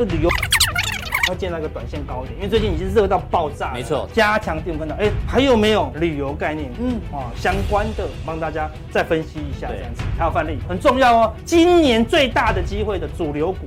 就旅游会见到一个短线高点，因为最近已经热到爆炸了，没错加强电跟到，哎，还有没有旅游概念？嗯嗯，哦，相关的帮大家再分析一下，对这样子还有范例很重要哦。今年最大的机会的主流股，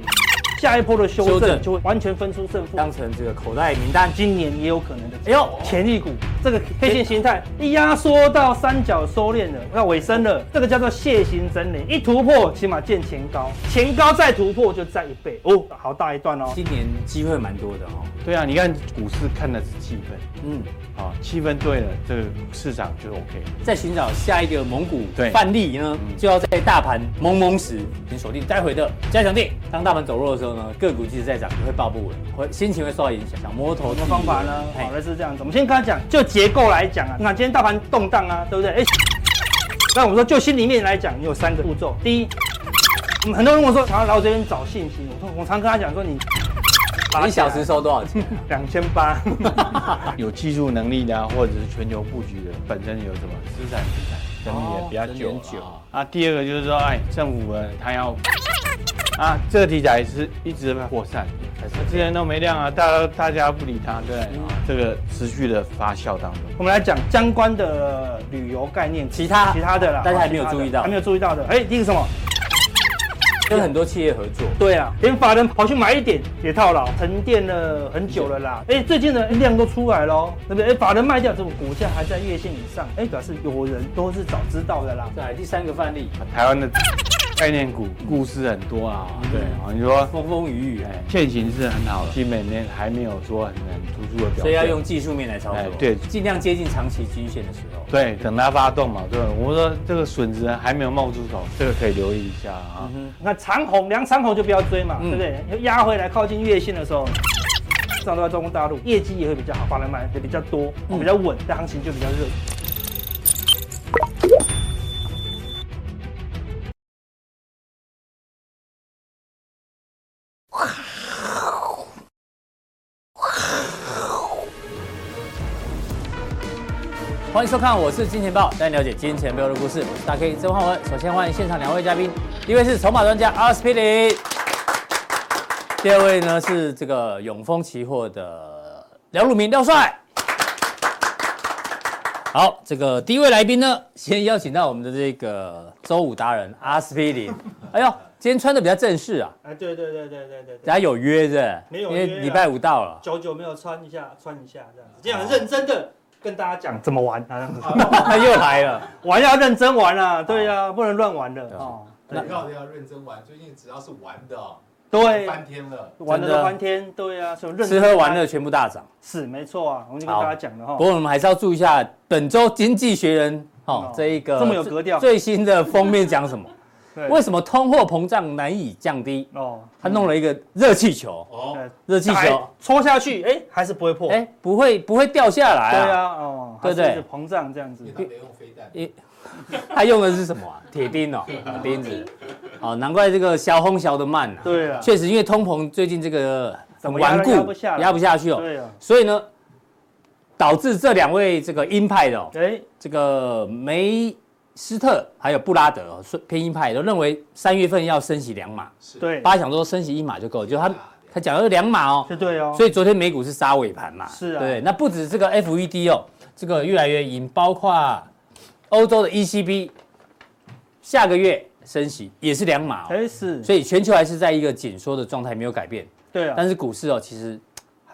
下一波的修修正正就会完全分出胜负。当成这个口袋名单。今年也有可能的。哎哎呦呦，潜力股这个黑线形态一压缩到三角收敛了，要尾声了，这个叫做楔形整理，一突破起码见前高，前高再突破就再一倍哦，好大一段哦。今年机会蛮多的哦。对啊，你看股市看的是气氛嗯，啊，气氛对了，这个市场就 OK。在寻找下一个蒙古对嗯范例呢，就要在大盘懵懵时，请锁定待会的加强定。当大盘走弱的时候呢，个股即使在涨，也会报不稳，会心情会受到影响。想摸头什么方法呢？嘿好类似这样子，我们先跟他讲，就结构来讲啊，那今天大盘动荡啊，对不对？哎，那我们说就心里面来讲，有三个步骤。第一，嗯很多人跟我说常常来我这边找信心，我说我常跟他讲说你一小时收多少 钱？两千 八。啊有技术能力的、啊，或者是全球布局的，本身有什么资产资产整理也比较久哦整理很嘛、久啊。第二个就是说，哎，政府呢，它 要啊，这个题材是一直扩散，可是之前都没亮啊，大家大家不理它，对、啊，嗯这个持续的发酵当中。我们来讲相关的旅游概念，其他其他的啦，哦大家还没有其他的注意到还没有注意到的。哎，第一个什么？跟很多企业合作，对啊，连法人跑去买一点也套牢，沉淀了很久了啦。哎，最近的量都出来喽，对不对？哎，法人卖掉，怎么股价还在月线以上？哎，表示有人都是早知道的啦。再来第三个范例，台湾的概念股故事很多啊，嗯对啊，你说风风雨雨，哎，现行是很好的，基本面还没有说很很突出的表现，所以要用技术面来操哎作，对尽量接近长期均线的时候。对，等它发动嘛，对，我说这个笋子还没有冒出头，这个可以留意一下啊。你看长虹，量长虹就不要追嘛，嗯对不对？压回来靠近月线的时候。上都在中国大陆，业绩也会比较好，法人买的比较多，嗯比较稳，但行情就比较热。欢迎收看，我是金钱豹，带你了解金钱背后的故事。我是大 K 曾焕文。首先欢迎现场两位嘉宾，第一位是筹码专家阿司匹林，第二位呢是这个永丰期货的廖汝明廖帅。好，这个第一位来宾呢，先邀请到我们的这个周五达人阿司匹林。哎呦，今天穿的比较正式啊，哎，对对对对对对大家有约的，没有因约啊为礼拜五到了。 久久没有穿一下，穿一下这样子，这样很认真的跟大家讲怎么玩啊，这样子又来了， 玩要认真玩啊，对啊，不能乱玩的对哦。那不要要认真玩，最近只要是玩的哦，对，翻天了。玩的真都的翻天，对啊，所以认吃真喝玩玩乐全部大涨。是没错啊，我们就跟好大家讲了哈不。过我们还是要注意一下本周《经济学人》哦哦，这一个这么有格调最最新的封面讲什么？ 对为什么通货膨胀难以降低？哦，他弄了一个热气球，哦，呃热气打球，戳下去，哎，还是不会破。哎，不会不会掉下来对啊？啊，哦，对不对还是一直膨胀这样子因为。他没用飞弹，他用的是什么啊？铁钉哦，钉子。哦，难怪这个小红小的慢啊。对啊，确实，因为通膨最近这个怎很么压顽都固压不下，来压不下去哦，对啊，所以呢，导致这两位这个鹰派的哦，哎，这个梅斯特还有布拉德哦，是偏鹰派都认为三月份要升息两码，是，对，八想说升息一码就够了，就他他讲了两码哦，是对哦。所以昨天美股是杀尾盘嘛，是啊对，那不止这个 FED 哦，这个越来越硬，包括欧洲的 ECB 下个月升息也是两码哦，哎是，所以全球还是在一个紧缩的状态没有改变，对啊。但是股市哦其实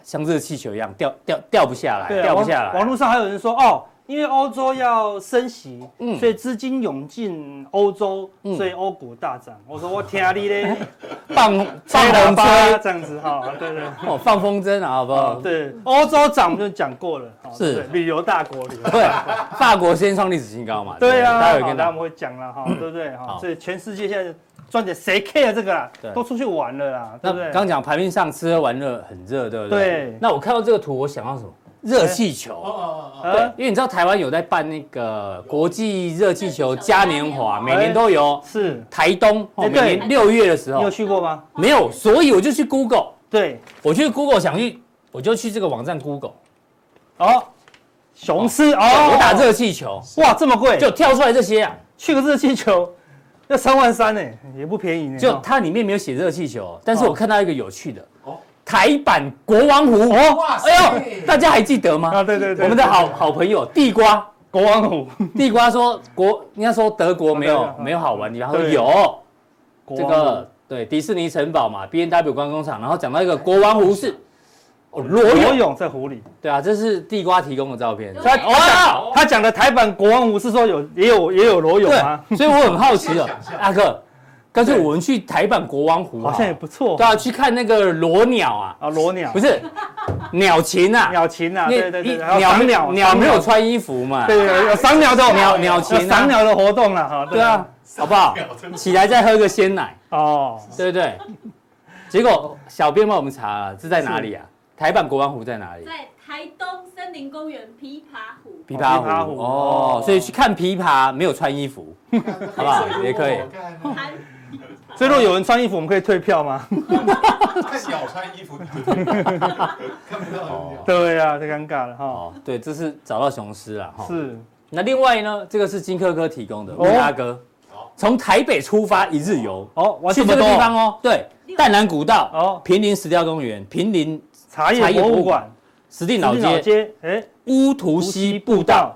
像热气球一样掉掉掉不下来，对啊，掉不网下来，网络上还有人说哦，因为欧洲要升息，嗯所以资金涌进欧洲，嗯所以欧股大涨。我说我听你嘞，放吹 放喇风叭啊筝这样子哈，对对。哦，放风筝啊，好不好？哦对，欧洲涨我们就讲过了，哦是。对旅游大国旅游 对，法国先创历史新高嘛。对啊，待待会会儿跟跟他他们会讲了哈，对不对哈？嗯好所以全世界现在赚钱谁 care 这个啦对？都出去玩了啦，对那不对？刚讲牌面上吃喝玩乐很热，对不对？对那我看到这个图，我想到什么？热气哦哦球。哦 哦，对呃，因为你知道台湾有在办那个国际热气球嘉年华，每年都有。是台东哦，哎每对年六月的时你有候去过吗？没有，所以我就去 Google，对，我去 Google 想去，我就去这个网站 Google，哦，雄狮哦，我打热气球，哇这么贵，就跳出来这些啊。去个热气球，要三万三呢，也不便宜呢。就哦它里面没有写热气球，但是我哦看到一个有趣的哦台版国王湖哦哇，塞哎呦，大家还记得啊，吗？对对对，我们的对好好朋友地瓜，国王湖，地瓜说国应该说德国没啊有对啊没有好玩的地方，他说对有国这王湖个对迪士尼城堡嘛，B N W 观光厂，然后讲到一个国王湖是哦裸游泳，泳在湖里。对啊，这是地瓜提供的照片，他哇，他讲的台版国王湖是说有也有也有裸泳吗？对，所以我很好奇了想，象阿哥，干脆我们去台版国王湖好像也不错对啊，去看那个裸鸟啊，啊，裸鸟不是鸟禽啊，鸟禽啊，对对一对，还有鸟赏没鸟鸟没有赏穿衣服嘛，对对对，有赏 鸟的鸟鸟有禽赏啊，鸟的活动了哈，对啊，，好不好？真的起来再喝个鲜奶。哦，对不对？结果小编帮我们查了，这在哪里啊？台版国王湖在哪里？在台东森林公园琵琶湖。琵琶哦琵琶湖湖哦哦，所以去看琵琶没有穿衣服，好吧也可以韩所以如果有人穿衣服，我们可以退票吗？看鸟穿衣服， 看不到鸟。 对啊，太尴尬了哈，哦，对，这是找到雄狮了哈。是那另外呢，这个是金科科提供的乌哦鸦哥好，从台北出发一日游，哦，玩去这么这个多地方哦，对，淡南古道、哦，平林石雕公园、平林茶叶博物馆、石碇老街、街，哎，乌图溪步道，，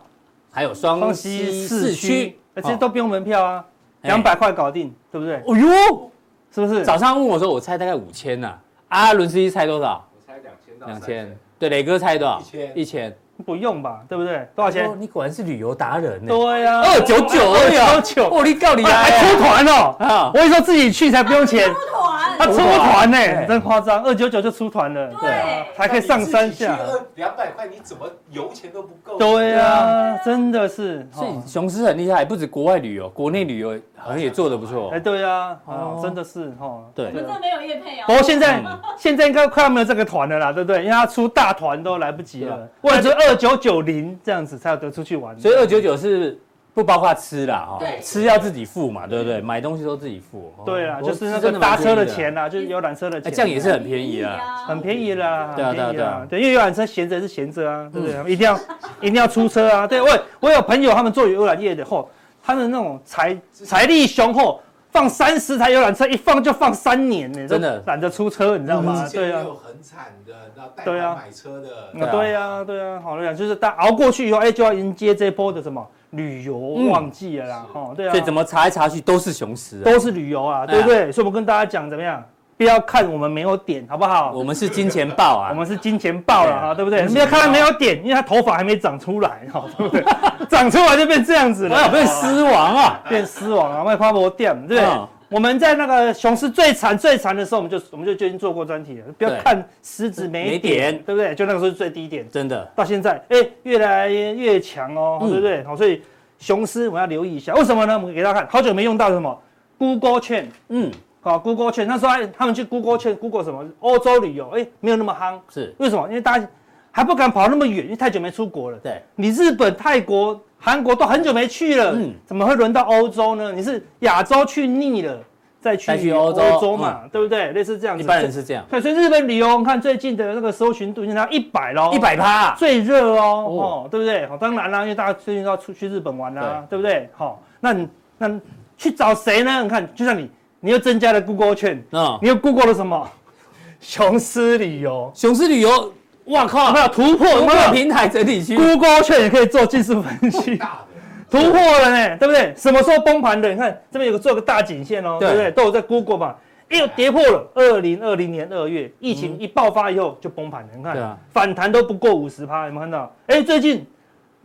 还有双双溪溪市市区区，。哎这些都不用门票啊，哎两百块搞定，对不对？哦呦，是不是？早上问我说，我猜大概五千呐，阿伦斯基猜多少？我猜两千到两千，，对，磊哥猜多少？一千一千。不用吧，对不对？多少哦钱？你果然是旅游达人呢。对呀，啊二九九而已啊！二九九，哦，你告你还出来团哦！啊！我跟你说，自己去才不用钱出，团他出团呢，对真夸张，二九九就出团了，对啊还可以上山下。两百块你怎么油钱都不够？对啊，真的是，所哦以雄狮很厉害，不止国外旅游，国内旅游好像也做得不错哎，。对啊，哦哦，真的是哦，对我们这没有叶配哦。不过现在嗯现在应该快要没有这个团了啦，对不对？因为他出大团都来不及对啊了，为了这二九九零这样子才有得出去玩。所以二九九是不包括吃啦，哈对，吃要自己付嘛，对不对？买东西都自己付。哦对啊，不过就是那吃真个蛮搭车的便宜钱啦，就是游览车的哎钱，这样也是很便宜啊。啊很便宜啦，对啊很便宜对啊嗯啦对，因为游览车闲着是闲着啊，对不对？一定要一定要出车啊，对我我有朋友他们做游览业的吼，他们那种财财力雄厚，放三十台游览车一放就放三年呢，真的都懒得出车，你知道吗？对也啊。有很惨的，那贷对啊款买车对啊的，啊，对啊，对啊，好了，就是大家熬过去以后，哎，就要迎接这波的什么旅游嗯旺季了啦，哦，对啊，所以怎么查来查去都是雄狮啊。都是旅游啊，对不对？所以我们跟大家讲怎么样，不要看我们没有点，好不好？我们是金钱豹啊，我们是金钱豹了啊，对不对？你不要看他没有点，因为他头发还没长出来，哈，对 不对？长出来就变这样子 哎呀了，变狮王 啊，变狮王啊，卖花博店，对不对嗯？我们在那个雄狮最惨最惨的时候，我们就我们就就已经做过专题了，不要对看狮子没没点点，对不对？就那个时候是最低点。真的。到现在，哎、越来越强哦，嗯对不对？好，所以雄狮我们要留意一下，为什么呢？我们给大家看，好久没用到什么 Google 券，嗯，好 Google 券，那时候哎他们去 Google 券，Google 什么欧洲旅游，哎、没有那么夯，是为什么？因为大家还不敢跑那么远，因为太久没出国了。对，你日本、泰国、韩国都很久没去了，嗯怎么会轮到欧洲呢？你是亚洲去腻了，再再去去欧欧洲嗯洲嘛，对不对？类似这样一子，般人是这样，对，所以日本旅游，你看最近的那个搜寻度已经到一百喽，一百趴。啊最热哦，哦哦对不对？好、当然啦、因为大家最近都要出去日本玩啦、对不对？好、那你那你去找谁呢？你看，就像你，你又增加了 Google 券，嗯，你又 Google 了什么？ 雄狮旅游，雄狮旅游，哇靠，有没有突破？突有没破有平台整理区， Google 券也可以做技术分 析，大的突破了呢，对不对？什么时候崩盘的？你看这边有个做个大颈线哦，对对不对？都有在 Google 嘛，哎呦跌破了。二零二零年二月疫情一爆发以后就崩盘了，你看、嗯对啊反弹都不过五十趴，有没有看到？哎，最近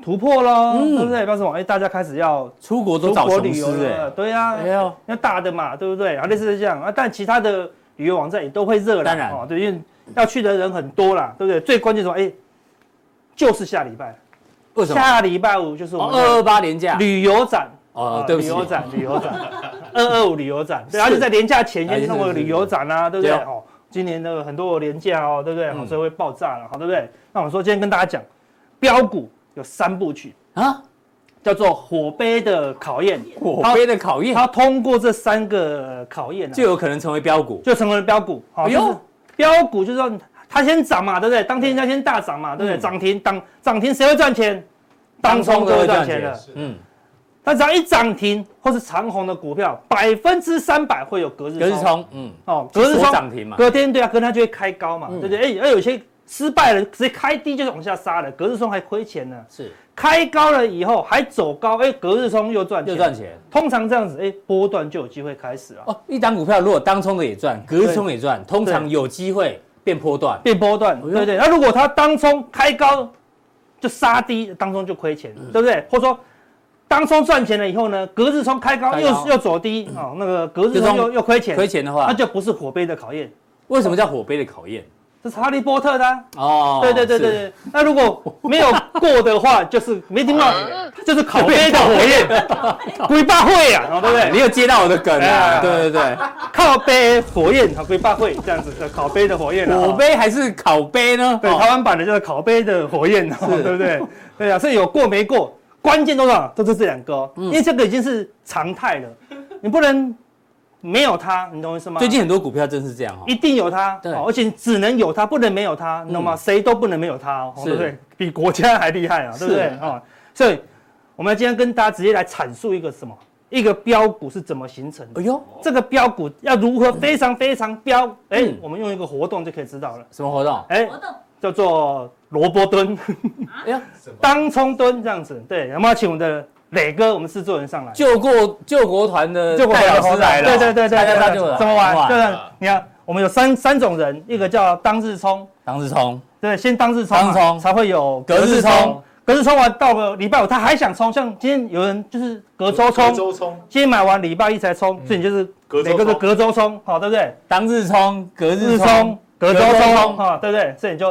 突破了，嗯对不对？表示什么？哎，大家开始要出国都出找国雄旅狮游啊了，哎，对呀、哎呦，那大的嘛，对不对？啊，类似是这样啊，但其他的旅游网站也都会热啦，当然哦，对，因为要去的人很多啦，对不对？最关键是什么？哎，就是下礼拜，为什么？哦下礼拜五就是我们的二二八年假，旅游展哦啊，对不起旅，游 展，旅游展，二二五旅游展，对，而且在年假前先弄个旅游展啊，对不对？对啊哦，今年的很多年假哦，对不对？嗯哦所以会爆炸了，好，对不对？那我说今天跟大家讲，标股有三部曲，啊，叫做火杯的考验，火杯的考验它通过这三个考验啊，就有可能成为标股，就成为了标股。好，哎就呦是标股就是说它先涨嘛，对不对？当天人家先大涨嘛，对不对？嗯涨停，当涨停谁会赚钱？当冲就会赚钱了。是嗯，那只要一涨停或是长红的股票，百分之三百会有隔日隔日冲冲，嗯，哦，隔日锁冲涨停嘛隔天对啊，隔天它就会开高嘛，嗯对不对？哎、而有些失败了，直接开低就是往下杀了，隔日冲还亏钱呢。是开高了以后还走高，哎、隔日冲又赚钱，又赚。钱通常这样子，哎、波段就有机会开始了，哦。一档股票如果当冲的也赚，隔日冲也赚，通常有机会变波段。变波段，哎呦对不对？那如果它当冲开高就杀低，当冲就亏钱，嗯对不对？或者说。当冲赚钱了以后呢，隔日冲开高开又高又走低哦，那个隔日隔日冲冲又又亏钱，亏钱的那话，就不是火杯的考验，为什么叫火杯的考验？这是哈利波特的啊、哦，对对对对是，对，那如果没有过的话，就是没听到，哦就是烤杯的火焰， 鬼爸会呀、啊，对不对？哦你有接到我的梗啊？哎对对对， 靠杯火焰，啊，鬼爸会这样子的烤杯的火焰、啊，火杯哦还是烤杯呢？对，哦台湾版的就是烤杯的火焰、啊，是对不对？对啊，所以有过没过，关键都是都是这两个嗯哦，因为这个已经是常态了，你不能没有它，你懂我意思吗？最近很多股票真是这样哈一。定有它，对嗯哦而且只能有它，不能没有它，你懂吗？谁都不能没有它哦，是对不 对？比国家还厉害啊，对不对？是啊，所以我们今天跟大家直接来阐述一个什么？一个标股是怎么形成的哎？呦，这个标股要如何非常非常标？哎、嗯我们用一个活动就可以知道了。什么活动？哎、活动叫做萝卜蹲、 哎呀，什么？当冲蹲这样子。对，有没有请我们的磊哥，我们制作人上来？救过救国团的就我戴们老师啊来了，啊对对对对大对家对，大救了，怎么玩？怎么对，你看，我们有三三种人，一个叫当日冲。当时冲，对，先当日冲嘛，当日冲才会有隔日冲。隔日冲完到了礼拜五，他还想冲，像今天有人就是隔周冲隔，周冲，今天买完礼拜一才嗯冲，所以你就是隔周每个都冲隔周冲，好对不对？当日冲，隔日日冲冲，、隔周隔周冲，冲哈，对不对？所以你就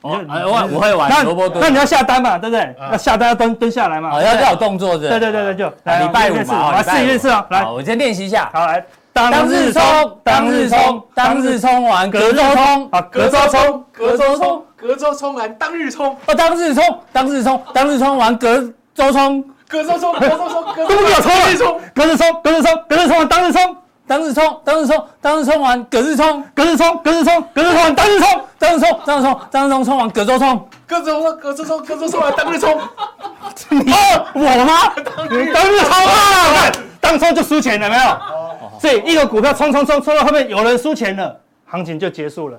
哦哎我我会玩萝卜那那蹲你，要下单嘛，对不对？嗯要下单要蹲蹲下来嘛，好对不要对要有动作是不是？对对对对，就啊来礼拜五我们嘛，来哦试来试一试啊，来好，我先练习一下，好来，当日冲，当日冲，当日冲完隔日冲，啊，隔周冲，隔周冲，隔周冲完当日冲，哦，当日冲，当日冲，当日冲完隔周冲，隔周冲，隔周冲，都隔周没有啊冲当日冲，了，隔日冲，隔日冲，隔日冲完当日冲。当日冲，当日冲，当日冲完隔日冲，隔日冲，隔日冲，隔日冲，当日冲，当日冲，当日冲，当日冲冲完隔周冲，隔周冲，隔周冲，隔周冲完当日冲，哦，我吗？当日冲啊！当冲就输钱了，有没哦有？所以一个股票冲冲冲冲到后面，有人输钱了，行情就结束了。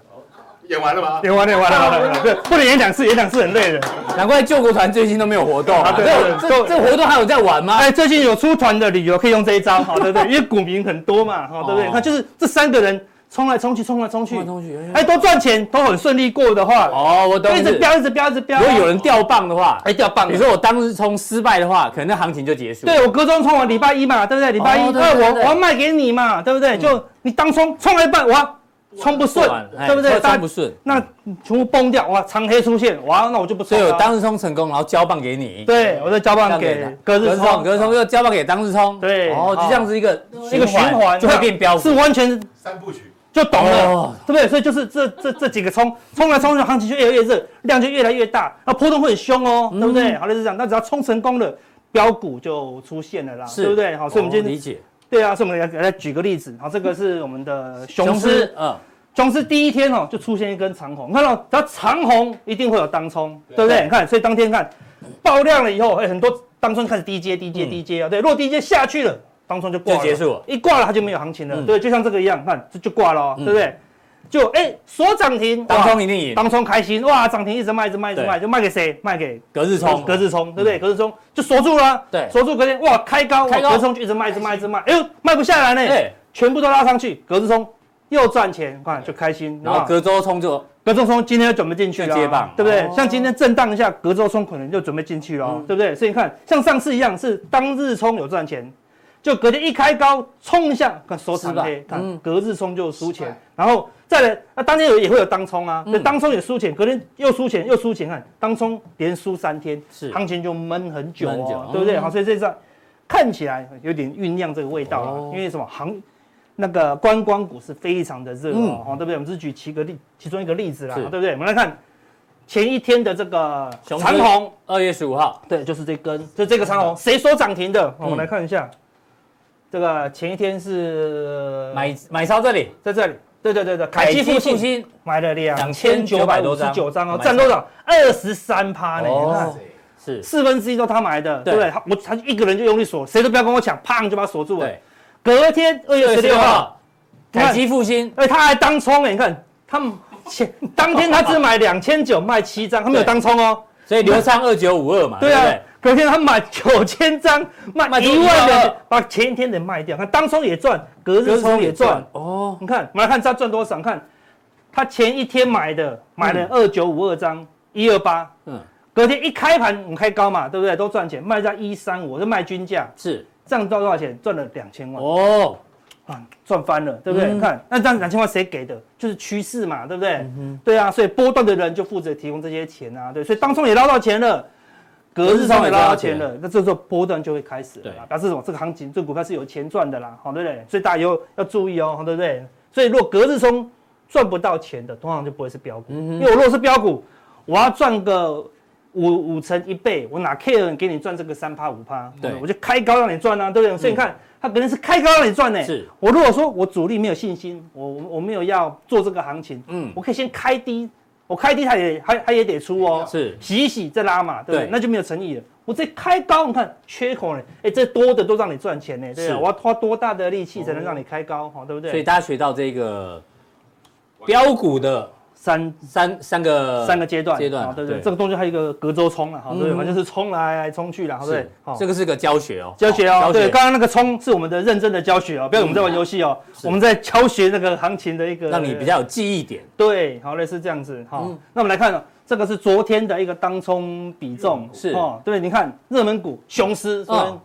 演完了吗？演完了，完了，完了哦完了，对，不能演两次，演两次很累的。难怪救国团最近都没有活动啊！对对这对这这活动还有在玩吗？哎，最近有出团的理由可以用这一招，好，对 不对？因为股民很多嘛，好，对不对？哦你看，就是这三个人冲来冲去，冲来冲去冲来，冲去哎哎，都赚钱，都很顺利过的话，哦，我懂就一意直思。飙，一直飙，一直飙。如果有人掉棒的话，哎掉棒了你说我当日冲失败的话，可能那行情就结束。对，我隔中冲完礼拜一嘛，对不对？礼拜一，哦对那对我对嗯我要卖给你嘛，对不对？就你当冲冲了一半，哇，冲不顺做完，哎对不对？冲大不顺，那全部崩掉，哇，长黑出现，哇，那我就不所冲以我了。当日冲成功，然后交棒给你，啊对，我再交交棒棒给给他，隔日冲，隔日冲又交棒给当日冲，对哦，就这样子一个一个循环就会变标是股，完全三部曲，就懂哦了，对不对？所以就是这这这几个冲冲来冲去，哎行情就越来越热，量就越来越大，那波动会很凶哦，嗯对不对？好，就是这样，那只要冲成功了。标股就出现了啦，是对不对？好，所以我们今哦理天解对啊，所以我们来来举个例子，好，这个是我们的雄狮狮，，嗯，雄狮第一天哦，就出现一根长红，你看到只要长红一定会有当冲，对不对？你看，所以当天看爆量了以后，哎，很多当冲开始低接、低接、嗯低接啊，对，如果低接下去了，当冲就挂了，就结束了一挂了它就没有行情了，嗯对，就像这个一样，看这就挂了哦，嗯对不对？就哎锁涨停，当哇冲一定赢，当冲开心，哇，涨停一直卖，一直卖，一直对卖，就卖给谁？卖给隔日冲，哦嗯隔日冲，对不对？隔日冲就锁住了啊，对锁住隔天哇开高，哇开高隔日冲就一直卖，一直卖，一直卖，哎呦卖不下来呢，哎，全部都拉上去，隔日冲又赚钱，看就开心。然后隔隔周冲就隔周冲今天就准备进去就了，接棒对不对哦？像今天震荡一下，隔周冲可能就准备进去了嗯，对不对？所以你看，像上次一样是当日冲有赚钱，就隔天一开高冲一下，看收长是黑吧，嗯看隔日冲就输失钱败，然后再来，那当天有也会有当冲啊，嗯对，当冲也输钱，隔天又输钱又输钱，看当冲连输三天，是行情就闷很久闷很久哦，对不对？嗯好，所以这张看起来有点酝酿这个味道了哦，因为什么行那个观光股是非常的热嗯哦，哦对不对？我们只举其个例其中一个例子啦，是对不对？我们来看前一天的这个雄长狮虹，二月十五号，对，就是这根，嗯就这个长虹，谁说涨停的？哦我嗯们来看一下，这个前一天是买买超这里，在这里，对对对对，凯基复复兴兴买了两千九百2959多张十九张哦，买占多少？二十三趴呢，你看哦。是，四分之一都他买的，对对不对？他我他一个人就用力锁，谁都不要跟我抢，砰就把它锁住了。对，隔天二月十六号，，你看凯基复兴，哎，他还当冲哎，你看他们前当天他只买两千九卖七张，他没有对当冲哦。所以流畅二九五二嘛，对对不啊对？，隔天他买九千张，卖卖出一万12,000两，把前一天的卖掉，看当冲也赚，隔日冲也赚。哦，你看，我们来看他赚多少，你看他前一天买的，买了二九五二张，一二八，嗯，隔天一开盘我们开高嘛，对不对？都赚钱，卖在一三五，就卖均价，是，这样赚多少钱？赚了两千万哦，啊，赚翻了，对不对？嗯你看，那这样两千万谁给的？就是趋势嘛，对不对？对啊，所以波段的人就负责提供这些钱啊，对，所以当冲也捞到钱了。隔日冲也捞到钱了，那这时候波段就会开始了啦，表示什么？这个行情，这个股票是有钱赚的啦，好，对不对？所以大家以后要注意哦，好对不对？所以如果隔日冲赚不到钱的，通常就不会是标股，因为我如果是标股，我要赚个五五成一倍，我哪 care 给你赚这个三趴五趴？对我就开高让你赚啊，对不对？所以你看，它肯定是开高让你赚呢。是我如果说我主力没有信心，我我我没有要做这个行情，嗯嗯，我可以先开低，我开低它也它它也得出哦，是洗一洗再拉嘛，对不对？对那就没有诚意了。我这开高，你看缺口呢，哎，这多的都让你赚钱呢，对是哦啊，我要花多大的力气才能让你开高，哦好，对不所以对？大家学到这个标股的三三三个三个阶段，阶段好啊对不对？对这个东西还有一个隔周冲了，好，对不嗯对？反正是冲来来冲去了，哦好，对不是对，好这。个是个教学哦，教学好哦，对，刚刚那个冲是我们的认真的教学哦，不要我们在玩游戏哦，我们在教学那个行情的一个，让你比较有记忆点，对，好，类似这样子。好，嗯那我们来看哦，这个是昨天的一个当冲比重，嗯是哦，对，你看热门股雄狮昨天嗯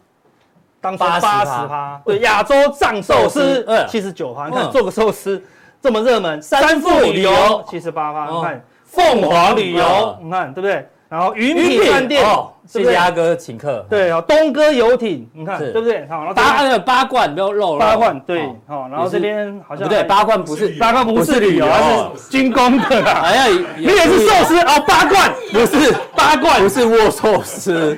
当冲80%八十趴，对，亚洲藏寿司嗯七十九趴，你嗯看做个寿司这么热门，三富旅游七十八趴，哦你看凤凰旅游嗯，你看对不对？然后云品饭店，哦，谢对不谢对阿哥请客，，对哦，东哥游艇，你看是对不对？好，然后八答案呃八冠不要漏了，八冠对哦，好，然后也是这边好不像对，还八冠不是，八冠不是旅游，它不是军工的啦。哎呀，你也是寿司哦，八冠不是八冠，不是握寿司，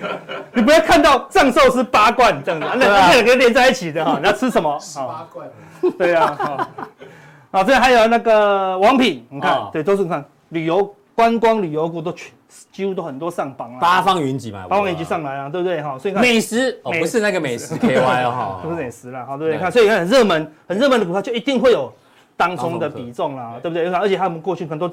你不要看到藏寿司八冠这样子，那对啊那两个连在一起的 哈，你要吃什么？好，八怪了，对啊，好，啊，这还有那个王品，你看哦，对，都是你看旅游观光旅游股都全几乎都很多上榜了，啊八啊方云集嘛，八万已经上来了，啊对不对？哈，所以你看。美食哦，美不是那个美 食 KY 哦，哈都是美食啦，好对不对？对你看，所以你看很热门、很热门的股票，就一定会有当冲的当冲客比重啦，对不对？而且他们过去可能都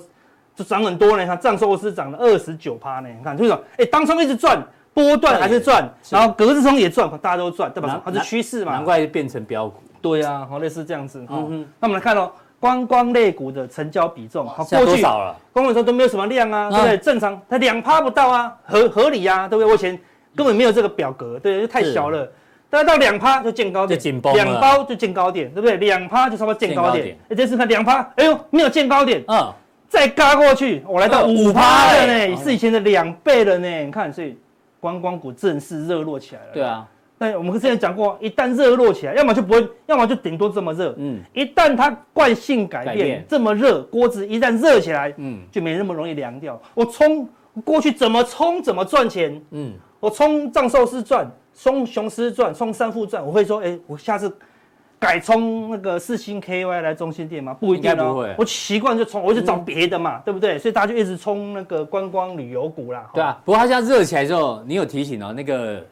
就涨很多呢，你看藏寿司涨了二十九趴呢，你看就是说，哎，当冲一直赚，波段还是赚，是然后隔日冲也赚，大家都赚，对吧难？它是趋势嘛难，怪变成标股，对啊，好类似这样子哈嗯哼。那我们来看哦，观光类股的成交比重，好现在过多去少了？公文说都没有什么量啊，嗯对不对？正常，它两趴不到啊，合合理啊，对不对？我以前根本没有这个表格，对，就太小了。但是到两趴就见高点，就紧绷了两包就见高点，对不对？两趴就差不多见高见点高。哎，这次看两趴，哎呦，没有见高点，嗯，再嘎过去，我来到嗯五趴了哎呢，是以前的两倍了呢。你看，所以观光股正式热络起来了。对，啊，那我们之前讲过，一旦热络起来，要么就不会，要么就顶多这么热。嗯一旦它惯性改改变，变这么热，锅子一旦热起来，嗯就没那么容易凉掉。我冲过去怎么冲怎么赚钱，嗯，我冲藏寿司赚，冲雄狮赚，冲三富赚，我会说，哎、我下次改冲那个四星 KY 来中心店吗？不一定应该哦、不会嗯我习惯就冲，我就找别的嘛，对不对？所以大家就一直冲那个观光旅游股啦。对啊，不过它现在热起来之后，你有提醒哦，那个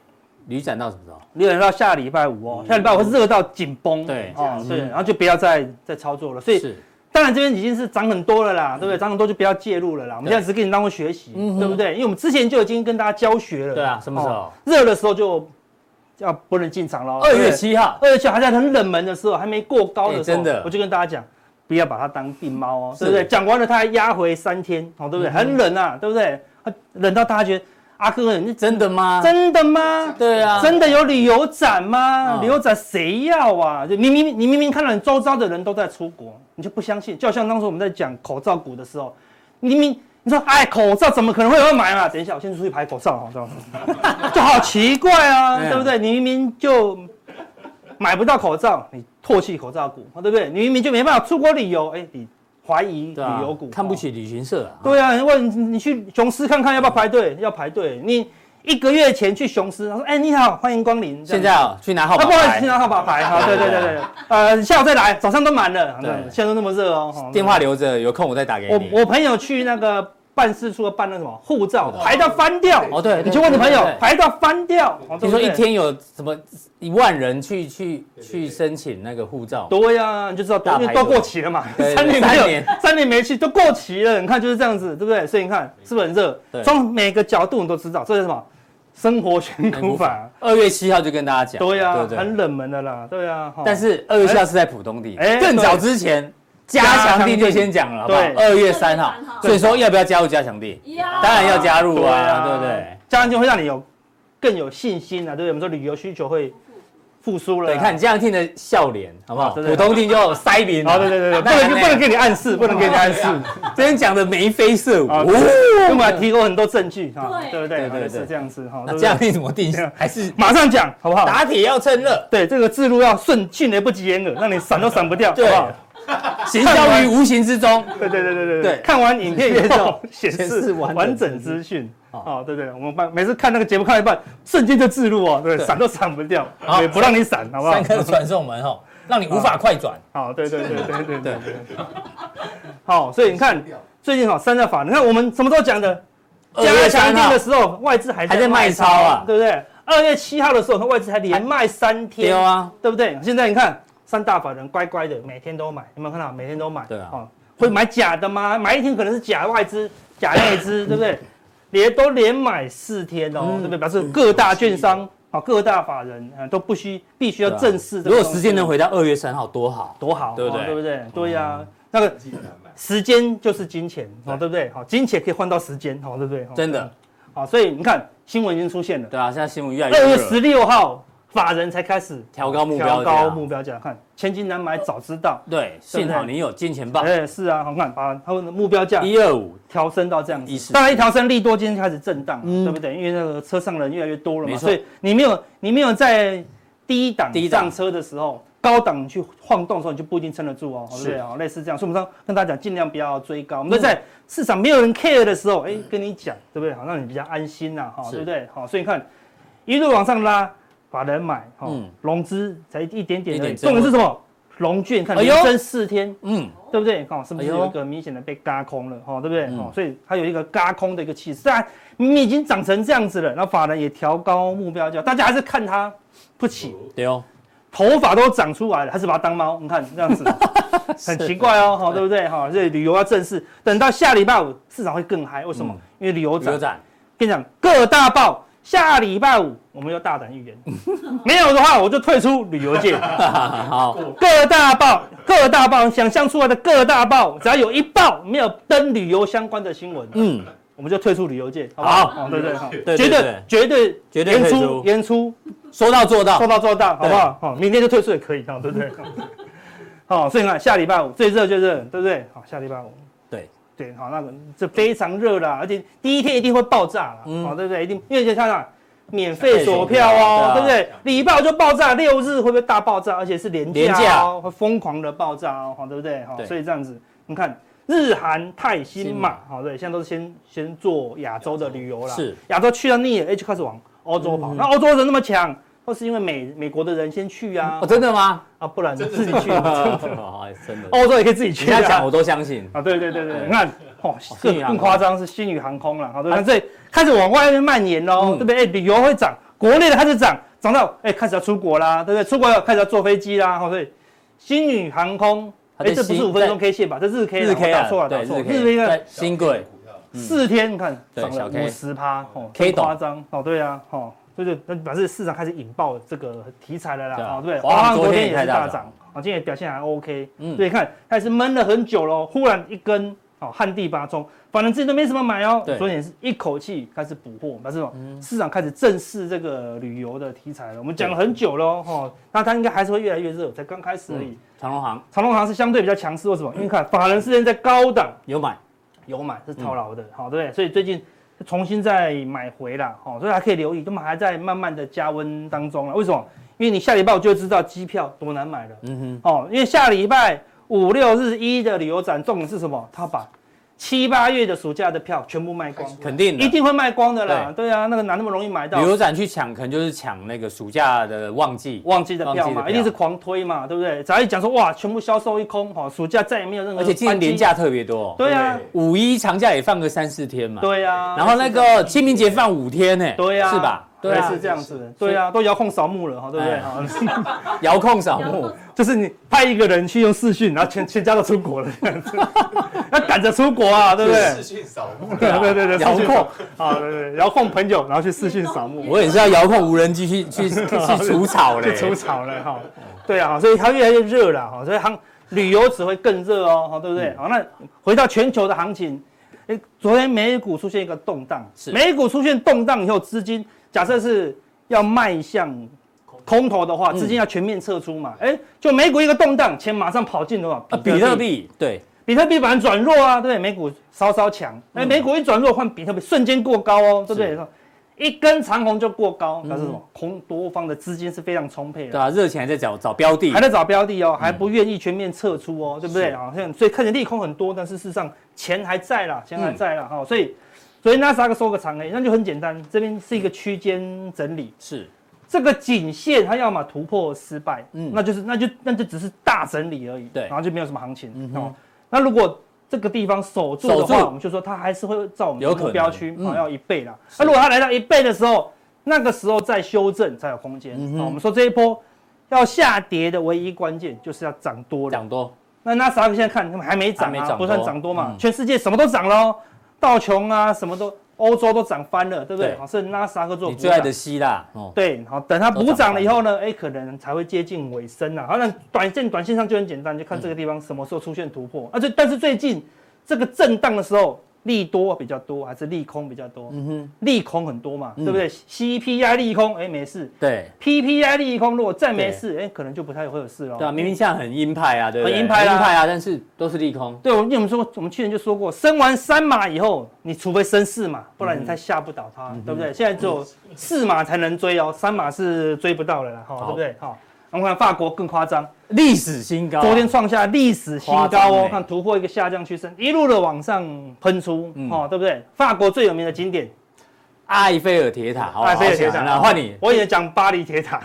旅展到什么时候？留言到下礼拜五哦，下礼拜五会热到紧绷，嗯对哦，对，然后就不要再再操作了。所以是嗯当然这边已经是涨很多了啦，对不对？涨很多就不要介入了啦。我们对现在只是跟你当做学习，嗯哼对不对？因为我们之前就已经跟大家教学了。对啊什么时候哦热的时候就要不能进场喽。二月对不对，七号，二月七号还在很冷门的时候，还没过高的时哎候，真的我就跟大家讲。不要把它当病猫哦，是嗯对不对？讲完了，它还压回三天，哦，对不对？很冷啊，对不对？啊冷到大家觉得阿哥，你真的吗？真的吗？对啊，真的有旅游展吗？嗯旅游展谁要啊？就你明明你明明看到你周遭的人都在出国，你就不相信。就好像当时我们在讲口罩股的时候，你明明你说哎，口罩怎么可能会有人买啊嘛？等一下，我先出去排口罩 哈，这样子就好奇怪啊，嗯对不对？你明明就买不到口罩，你唾弃口罩股，对不对？你明明就没办法出国旅游，哎，你怀疑对啊旅游股，看不哦起旅行社啊，对啊，问你你去雄狮看看要不要排队，要排队。你一个月前去雄狮，他说：“哎、你好，欢迎光临。”这现样在啊去拿号啊，码不好意思，牌听，到号码牌。好，对对对对，呃，下午再来，早上都满了。好这样子现在都那么热哦。哦电话留着，有空我再打给我你。我朋友去那个办事处要办那什么护照对，排到翻掉。哦对，你去问你朋友对，排到翻掉。哦听说一。对不对天有什么一万人去去对对去对申请那个护照，对呀，你就知道，大因为排队都过期了嘛，对对三年没三年有，三年没去都过期了。你看就是这样子，对不对？所以你看是不是很热对？从每个角度你都知道，这是什么？生活选股法。二月七号就跟大家讲，对呀，对啊不很对？冷门的啦，对呀。哈但是二月七号是在浦东地，哦哎更早之前加强地就先讲了，好不好？对二月三号二月三，号所以说要不要加入加强地？呀当然要加对入啊，对啊不对？这样就会让你有更有信心啊，对不对？我们说旅游需求会复苏了啊。对，看你这样听的笑脸，好不好？啊真的浦东地就塞饼，啊哦好，对对对对，不那能那不能给你暗示，不能给你暗示。这边讲的眉飞色舞，啊，哦对我们还提供很多证据哈，对对不对对？对对是这样子哈，对那不这对样你怎么定这样？还是马上讲好不好？打铁要趁热，对，这个字路要顺，迅雷不及掩耳， 让你闪都闪不掉，好对不好？行销于无形之 中。对对对对对对看完影片以后 显显示示完整完整资讯。好哦，对对，我们办每次看那个节目看到一半，瞬间就自录哦，对，对闪都闪不掉好，也不让你闪，好不好三？颗传送门哦，让你无法快转。好，对对对对对对对。好，所以你看最近好三大法，你看我们什么时候讲的？哦加强二定月的三号时候，外资还还在卖超啊对不对？二月七号的时候，看外资还连卖三对天，啊，对不对？现在你看三大法人乖乖的，每天都买，有没有看到？每天都买，对啊哦，会买假的吗？买一天可能是假外资、假内 资，对不对？连都连买四天哦，嗯对不对？表示各大券商啊、各大法人啊都不需必须要对啊正视这如个东西。果时间能回到二月三号多好。多好，对不对嗯哦对不对？对呀、那个竟然买，时间就是金钱，哦，对不对？好，金钱可以换到时间，好，对不对？哦真的，好，所以你看新闻已经出现了，对啊，现在新闻越来二越月热，十六号法人才开始调高目标啊调这样高目标价，看千金难买早知道，对，幸好你有金钱豹，哎，是啊，好看把他们的目标价一二五，调升到这样一四子，当然一调升利多今天开始震荡，嗯对不对？因为那个车上人越来越多了没嘛，错所以你没有你没有在低档低档上车的时候，高档去晃动的时候，你就不一定撑得住哦，对不对？哦，类似这样，所以我们刚跟大家讲，尽量不要追高。我嗯们都在市场没有人 care 的时候，哎，跟你讲，对不对？好，让你比较安心呐，哈，是对不对？哦好，所以你看一路往上拉，法人买，哈嗯，融资才一点点一而已，点重点是什么？融券看哎呦连升四天，嗯，对不对？哦，是不是哎呦有一个明显的被嘎空了？哦，对不对？嗯哦，所以它有一个嘎空的一个气势。但明明已经涨成这样子了，那法人也调高目标价，大家还是看它不起，对哦，头发都长出来了，还是把它当猫？你看这 样子，很奇怪哦，哈、对不对？哈、所以旅游要正视，等到下礼拜五市场会更嗨，为什么？嗯因为旅游涨刘。展，跟你讲，各大报下礼拜五我们要大胆预 言，没有的话我就退出旅游界。啊好，各大报、各大报想象出来的各大报，只要有一报没有登旅游相关的新闻，嗯，我们就退出旅游界，好不好？好哦对对好对绝对对对，绝对绝对言退出出言出，说到做到说，到做到，好不好？好，明天就退出也可以，好，对不 对？好，所以你看下礼拜五最热就热，对不对？好，下礼拜五。对对，好，那个这非常热啦，而且第一天一定会爆炸啦，嗯好，对不对？一定，因为你看啊，免费索票免费索票哦，对啊对不对？礼拜五就爆炸，六日会不会大爆炸？而且是连连假假哦，会疯狂的爆炸哦，好，对不对？好对，所以这样子，你看日韩泰新新嘛嘛，好，对，现在都是先先做亚洲的旅游啦，是亚洲去到腻了，哎，就开始往欧洲跑。嗯那欧洲人那么强，都是因为美美国的人先去啊哦，，真 的吗？啊，不然真的自己 去，好真的，欧洲也可以自己你去这啊样。讲我都相信，啊，对对对对对，你看，哦，新更宇更航空夸张是新宇航空了，哦好，对，看这开始往外面蔓延喽，啊嗯对不对？哎，旅游会涨，国内的开始涨，涨到哎开始要出国啦，对不对？出国要开始要坐飞机啦，哦好，所以新宇航空，它在哎，这不新是五分钟 K 线吧？这日 K 啦日 K 我啊打错，了，对打错，日了，日 K 啊看对，新贵，股票四天，你看嗯对涨小了 K 五十趴，哦 K 更懂夸张，哦，对啊，哦，对对，那表示市场开始引爆这个题材了啦，对啊哦，对不对？华航华航昨昨天天也也开是大大涨涨，哦，今天也表现还 OK。嗯，对，看它也是闷了很久喽，忽然一根哦，旱地拔葱，反正自己都没什么买哦对。嗯昨天也是一口气开始补货，但是、哦市场开始正视这个旅游的题材了。我们讲了很久喽，哦，那它应该还是会越来越热，才刚开始而已。长隆行长隆行是相对比较强势，为什么？因为看法人之前在高档有买，有买是嗯套牢的，好、对不对？所以最近重新再买回啦，好、所以还可以留意，根本还在慢慢的加温当中了。为什么？因为你下礼拜我就知道机票多难买了。嗯哼，哦，因为下礼拜五六日一的旅游展重点是什么？他把七八月的暑假的票全部卖光，肯定一的。定会卖光的啦。对啊，那个哪那么容易买到？哎旅游展去抢，可能就是抢那个暑假的旺季。旺季的票旺季的嘛，票一定是狂推嘛，对不对？只要一讲说哇，全部销售一空，哈，暑假再也没有任何而且今年班机年，假特别多、哦，对啊，五一长假也放个三四天嘛，、对啊，然后那个清明节放五天呢，对啊，是吧？对对啊，是这样子的，对啊，都遥控扫墓了哈，对不对？哎哈遥控扫遥墓控，就是你派一个人去用视讯，然后全全家都出国了， 这样子，要赶着出国啊，对不视对？讯扫墓， 对对对对，遥视讯控扫，啊，对对，对遥控朋友，然后去视讯扫墓。我也是要遥控无人机去 去去去除草嘞就，除草了哈。对啊，所以它越来越热了哈，所以航旅游只会更热哦，哈，对不对？嗯好，那回到全球的行情，诶，昨天美股出现一个动荡，是美股出现动荡以后，资金假设是要迈向空头的话，嗯资金要全面撤出嘛，哎，就美股一个动荡，钱马上跑进多少？啊比特，币对，比特币反而转弱啊，对不对？美股稍稍强，嗯哎，美股一转弱，换比特币瞬间过高哦，对不对？一根长红就过高，那是什么？嗯空多方的资金是非常充沛的对。啊，热钱还在找找标的嗯还，在找标的哦，还不愿意全面撤出哦，对不对？好像所以看起来利空很多，但是事实上钱还在嗯啦，钱还在啦，哈、所以所以纳斯达克收个长黑，那就很简单，这边是一个区间整理，是这个颈线它要么突破失败，嗯嗯，那就是那就那就只是大整理而已，对嗯然后就没有什么行情、哼哦。那如果这个地方守住的守话，住我们就说它还是会照我们有的可能目标区嗯跑到一倍啦。那如果它来到一倍的时候，那个时候再修正才有空间。嗯哼好，我们说这一波要下跌的唯一关键就是要涨多了。讲多那纳斯达克现在看他们还没涨还没啊，涨多不算涨多嘛，嗯全世界什么都涨喽，道琼啊什么都，欧洲都涨翻了，对不对？对好，是纳斯达克做你补最爱涨的希腊哦，对，好，等它都补涨涨完了以后呢，哎，可能才会接近尾声啊。好，那短线短线上就很简单，就看这个地方什么时候出现突破。啊，这但是最近这个震荡的时候，利多比较多还是利空比较多？嗯哼，嗯利空很多嘛，对不对？CPI 利空，哎，没事对；PPI 利空，如果再没对事，哎，可能就不太会有事了。对啊，明明现在很鹰派啊，对不对？很鹰派啊很鹰派啊，但是都是利空，对，我因为我们说，我们去年就说过，升完三码以后，你除非升四码，不嗯然你才吓不倒它，对不对？现在只有四码才能追哦，三码是追不到了啦，哈，对好不对？好，我们看法国更夸张，历史新高啊，昨天创下历史新夸张高欸哦，看突破一个下降趋势，一路的往上喷出，嗯哦，对不对？法国最有名的景点埃菲尔铁塔，好埃菲尔铁塔好强啊换你我也讲巴黎铁塔，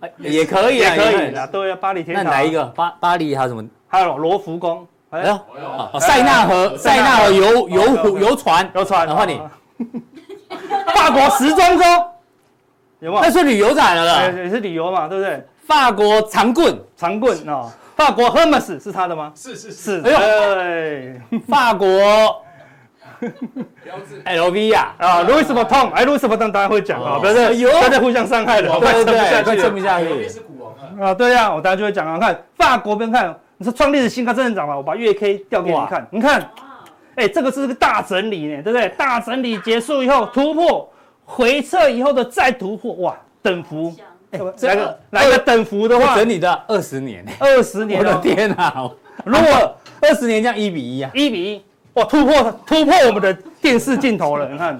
哎也可以 也啊，可也以啦，对啊，巴黎铁那塔，哪一？个？巴巴黎还有什么？还有罗浮宫，哎哎呦，哦，哦塞纳河，塞纳河游哦游湖游船，有船，啊好换你，法国时装周有没有那？是旅游展了哎啦。也是旅游嘛，对不对？法国长棍，长棍啊、哦，法国 Hermes 是他的吗？是是是，是，哎呦，法国标志 LV 啊， 啊，Louis Vuitton，哎，Louis Vuitton 大家会讲啊，不哎是，呦大家互相伤害了，对对对，快快撑撑不不下哎隔壁去。是股王啊，下 啊，对呀，我大家就会讲啊，看法国边看，你说创历史新高，真的涨了，我把月 K 调给你看，你看，哇，哎，这个是个大整理呢，对不对？大整理结束以后突破，回撤以后的再突破，哇，等幅，想哎这来个个来个等幅的我话，整理到二十年，二十我年的哦，天啊！如果二十年这样一比一啊，一比一，哇，突破突破我们的电视镜头了，你看。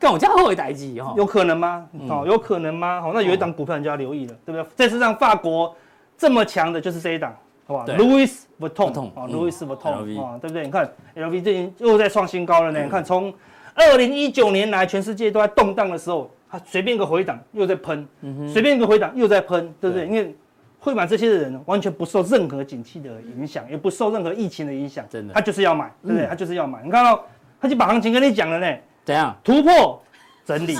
跟我家后悔代机哈。有可能吗？嗯哦，有可能吗？好，那哦有一档股票你就要留意了，对不对？这次让法国这么强的就是这一档，好吧对？Louis Vuitton， Vuitton 啊嗯，Louis LV Vuitton 啊，对不对？你看 LV 最近又在创新高嗯了呢。你看从二零一九年来，全世界都在动荡的时候，它随便一个回档又在喷，嗯随便一个回档又在喷，对不对？因为会买这些的人完全不受任何景气的影响，也不受任何疫情的影响，真的嗯他就是要买，对不对？他就是要买。你看到他就把行情跟你讲了呢。怎样？突破整 理，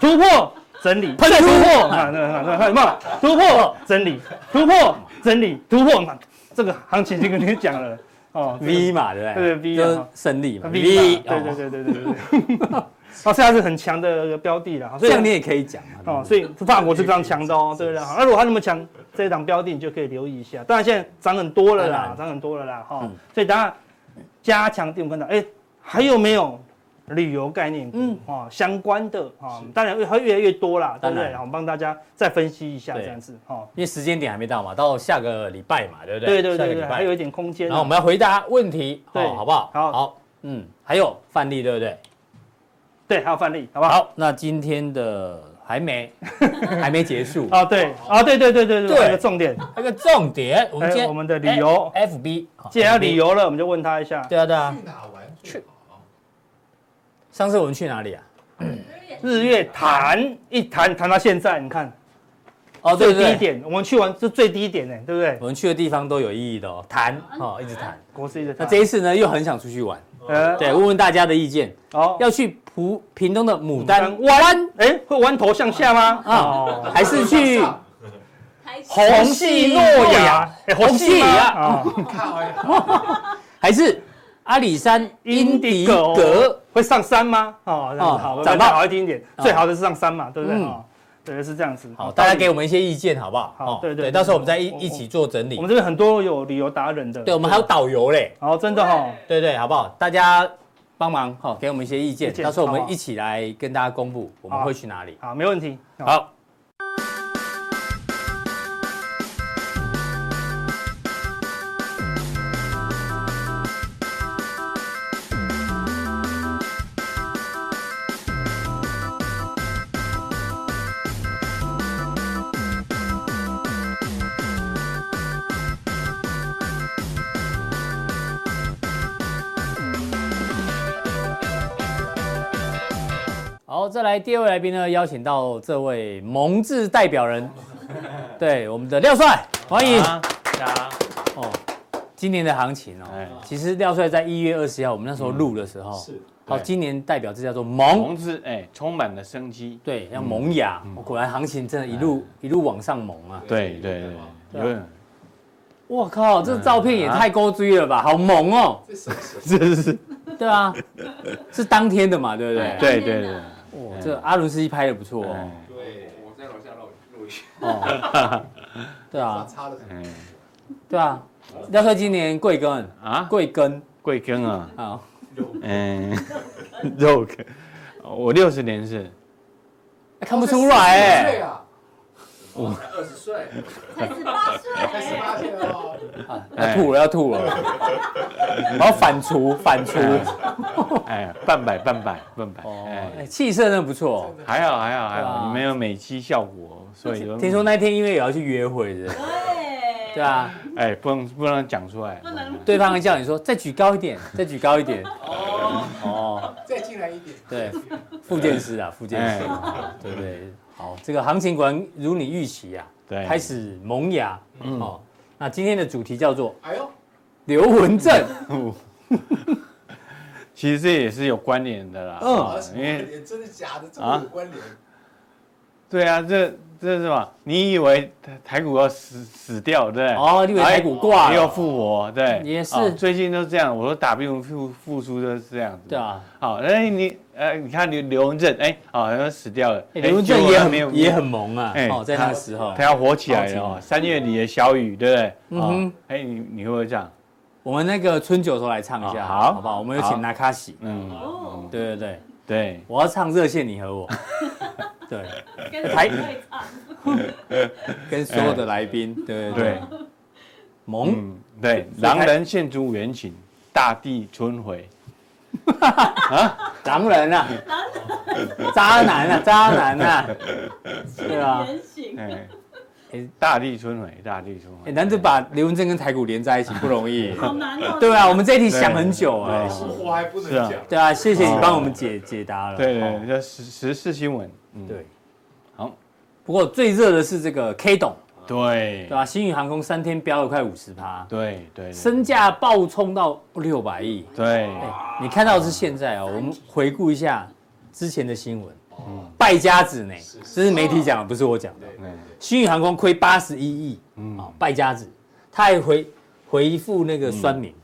突破整理，喷突破啊！那那那看有没有？突破整理，突破整理，突破！你看这个行情已经跟你讲了哦 V 嘛，对不对？对，V 啊就是胜利嘛。 V 对哦对对对对对对。 哦，现在是很强的标的了，所这样你以也可以讲嘛。哦，所以法国是非常强的哦，对不对？好那如果它那么强，这一档标的你就可以留意一下。当然现在涨很多了当啦然，涨很多了啦，哈嗯。所以当然加强定看到，哎，还有没有旅游概念股嗯嗯哦相关的啊、哦，当然会越来越多啦，对当然不对？好我们帮大家再分析一下对这样子哦。因为时间点还没到嘛，到下个礼拜嘛，对不对对？对下个对礼对，拜还有一点空间啊。然后我们要回答问题，哦对好，好不好？好嗯，还有范例，对不对？对还有范例，好不好？好，那今天的 还没还没结束，啊、对啊、对对对对对，对还有一个重点，那个重点，我们今还天有我们的旅游 F- 哦 FB，既然要旅游，游了，我们就问他一下，对啊对啊去，哪玩？去。上次我们去哪里啊？日月潭一潭谈到现在，你看哦，对最对低对，点，我们去完是最低点呢，对不对？我们去的地方都有意义的哦，谈哦，嗯一直谈。国师一直那谈这一次呢，又很想出去玩，呃，对，问问大家的意见，好，要去蒲屏东的牡丹丹弯，哎，会弯头向下吗？哦啊，还是去还是红系诺亚，哎红红系系亚啊，啊 靠呀！哦还是阿里山英英迪哦迪格格？会上山吗？哦，这样哦子好，长长大大好一听一点，哦最好的是上山嘛，对不对？嗯哦，对，是这样子。好，哦大家给我们一些意见，好不好？好哦对对对到时候我们再一我我一起做整理我。们这边很多有旅游达人的，对，我们还有导游嘞，好，真的哦哈，对对，好不好？大家帮忙哈，哦给我们一些意见，意见到时候我好们不好一起来跟大家公布我们好啊会去哪里。好，没问题。哦好好。好，再来第二位来宾呢，邀请到这位蒙自代表人，对我们的廖帅，欢迎。啊大家哦，今年的行情哦哎，其实廖帅在一月二十号我们那时候录的时候，嗯是好，对今年代表这叫做萌，红字哎，充满了生机。对，要萌芽。哦果然行情真的一路一路往上萌啊！对对对，对有啊点我靠，这照片也太勾追了吧，好萌哦！这什么时候？是是是，对啊，是当天的嘛，对不对？对对对，哇这阿伦斯基拍的不错哦。哎对，我在楼下录录音，哦，对啊，差的很。哎对啊，廖帅今年贵庚？啊，贵庚贵庚啊，啊？嗯，肉羹，我六十年是，看不出哦来啊哎。我才二十岁，才十八岁，才十八岁哦。啊要吐了，要吐 了！然后反刍，反刍。哎，半百半百半百，哦，哎哎，气色真的不错。还好还好还对啊好，你没有美肌效果，所以就听说那天因为也要去约会的，对对，啊，哎，不能不能讲出来，不能对方还叫你说再举高一点，再举高一点。哦，再进来一点。对，副健师哎啊，副健师，对不对？好，这个行情果然如你预期啊，对，开始萌芽。嗯哦，那今天的主题叫做哎呦，刘文正，其实这也是有关联的啦，嗯啊因为真的假的？这啊么有关联？对啊，这这是什么？你以为台台股要死死掉，对不对？哦，你以为台股挂又了，复活，对，也是哦最近都这样。我说打病毒复复苏都是这样子。对，啊，好，哎你呃，你看刘刘文正，哎，好像死掉了，哎哎刘文正结果也他没有很也很萌啊，哎哦，在那个时候他，要火起来了好哦。三月里的小雨，对不对？嗯嗯哼哼，哎，你你会不会这样？我们那个春酒的时候来唱一下，哦好好不好？我们有好请纳卡西，嗯，哦，对对对，对，我要唱《热线你和 我》，嗯对，啊跟着会唱，跟所有的来宾，对对对哎对，萌，嗯，对，所以他狼人现出原形，大地春回。狼人啊，渣男啊，渣男啊， 对啊，人形，哎 哎，大地春回，大地春哎，回。难得把刘文正跟台股连在一起不容 易，好难哦。对啊，我们这一题想很久对哎，对我还不能是啊讲。对啊，谢谢你帮我们解解答了，对哦对，这时时事新闻，嗯，对，好，不过最热的是这个 K 董，对对吧？星宇航空三天飙了快五十趴，对对，身价暴冲到六百亿。对哎你看到的是现在哦，我们回顾一下之前的新闻，败家子呢，这哦是哦媒体讲的，不是我讲的。对新宇航空亏八十一亿，嗯啊，败家子，他还回回复那个酸民，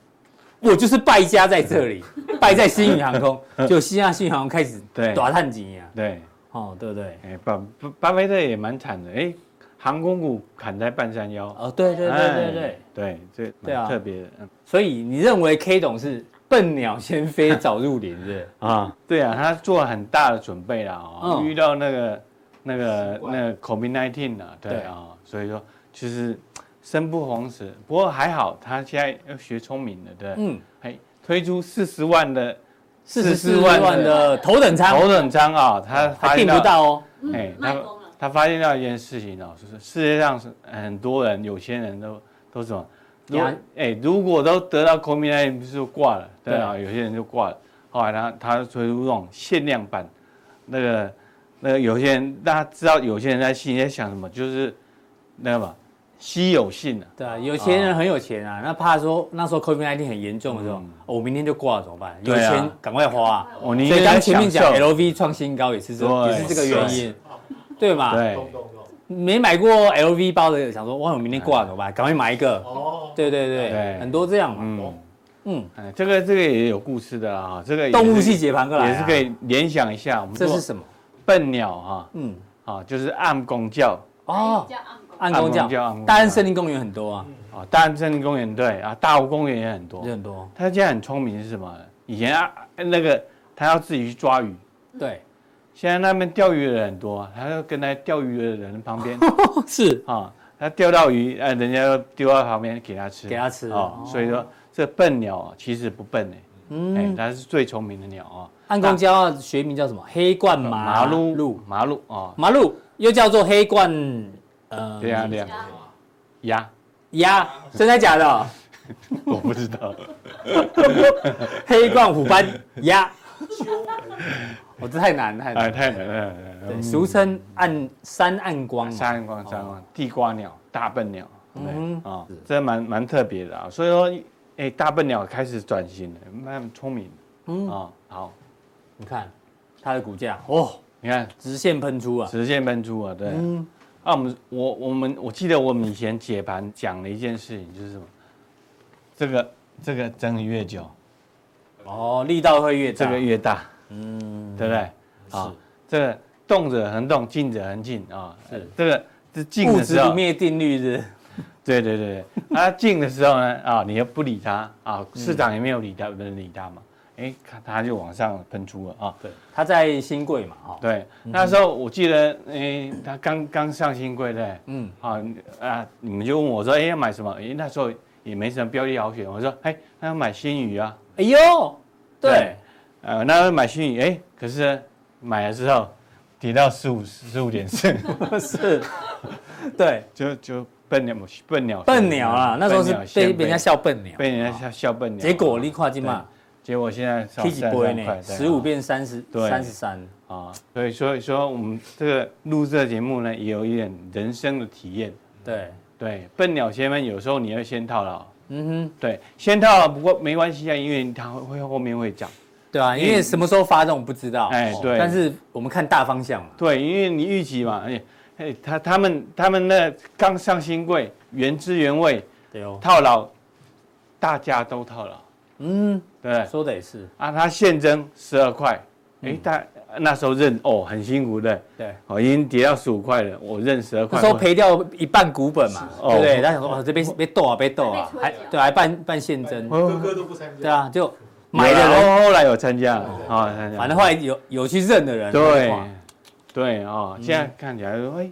我就是败家在这 里，败在新宇航 空，就西亚新宇航空开始对打探几啊，对，哦，对不对？哎，巴巴巴菲特也蛮惨的，哎，航空股砍在半山腰，哦，对对对对对哎，对，这对啊蛮特别的嗯所以你认为 K 董是笨鸟先飞早入林是不是？啊， 对啊，他做了很大的准备啦，哦，嗯遇到那个那个怪那个 COVID 19啊，对对啊，所以说就是生不逢时，不过还好他现在要学聪明了，对，嗯，哎，推出四十万的四十嗯四万的头等舱头等舱啊，还他发订现不到哦，哎嗯，他卖光了，他发现到一件事情哦，就是世界上是很多人，有些人都都什么如果压哎、如果都得到 COVID-19 不是就挂了，对啊，有些人就挂了。后来他他推出那种限量版，那个那个有些人大家知道，有些人在心里在想什么，就是那个嘛稀有性啊，对啊，有钱人很有钱啊，那怕说那时候 COVID-19 很严重的时候，哦我明天就挂了怎么办？有嗯对啊钱赶快花啊。哦，你所以刚前面讲应该享受 LV 创新高也是这，对也是这个原因，对嘛？对懂懂懂。没买过 LV 包的，想说哇，我明天挂了怎么办？赶快买一个。哦，对对对，哎对很多这样嘛。嗯，嗯，哎，这个这个也有故事的啊，这个也是动物系解盘过来啊也是可以联想一下，我们这说是什么？笨鸟哈嗯，啊，就是暗公教哦，叫哎暗狗，暗公暗公教暗教公，教大安森林公园很多啊，啊，大安森林公园对啊，大湖公园也很多也，很多。他现在很聪明是什么？以前啊那个他要自己去抓鱼，对，现在那边钓鱼的人很多啊，他就跟在钓鱼的人 旁边是啊，他钓到鱼，哎，人家就丢到旁边给他吃，给他吃啊哦。所以说这笨鸟啊，其实不笨哎，哎嗯，，它是最聪明的鸟啊。暗公交的学名叫什么？黑冠麻马路鹿，马路啊，马路又叫做黑冠，呃，对啊对啊，鸭，鸭，真的假 的？我不知 道，黑冠虎斑 鸭，我这太难太哎，难。太难了太难了对，。俗称暗山暗光啊嘛，三光三光，地瓜鸟、大笨鸟，哦嗯嗯啊，这蛮蛮特别的啊。所以说，哎，大笨鸟开始转型了，蛮聪明嗯啊。好，你看它的股价哦，你看直线喷出啊，直线喷出啊，对。嗯，啊，我们我我们我记得我们以前解盘讲了一件事情，就是什么，这个这个整理越久，哦，力道会越大，这个越大，嗯，对不对？啊，这个动者恒动，静者恒静啊。是这个这静物的质时候不，灭定律是对对对，对啊，进的时候呢，啊，你又不理它啊，嗯市场也没有理它，不能理它嘛，哎，看它就往上喷出了啊。不是，它在新贵嘛，哦哈，对，那时候我记得，哎，它刚刚上新贵的，嗯嗯，啊啊，你们就问我说，哎，要买什么？哎，那时候也没什么标的好选，我说，哎，那要买新宇啊，哎呦，对，，呃，那要买新宇，哎，可是呢买了之后跌到十五十五点 四，是，对，就就笨鸟笨鸟笨鸟啦，那时候是笨鸟被先被人家笑笨鸟，被人家笑笑笨鸟，啊结果你跨进嘛，结果现在少踢几33波块呢，对十五变三十，对三十三，啊，所以所以说我们这个录这个节目呢，也有一点人生的体验。对，对，笨鸟先问，有时候你要先套牢，嗯哼，对，先套牢不过没关系啊，因为它会后面会涨。对啊，因为什么时候发动不知道，哎哦对但是我们看大方向嘛，对，因为你预期嘛，而且哎，他他们他们那刚上新贵，原汁原味对哦，套牢，大家都套牢，嗯，对不对？说的也是，啊，他现增十二块，哎，大那时候认哦很辛苦的，嗯对。哦，已经跌到十五块了，我认十二块。那时候赔掉一半股本嘛，是对不对？哦他想说，哇，这边被逗啊，被逗啊，被还吹啊对，还办办现增，哥哥都不参加。对啊，就买买的的人，人后来有参加啊，参加反正后来有有去认的人，嗯对哇对啊，现在看起来说哎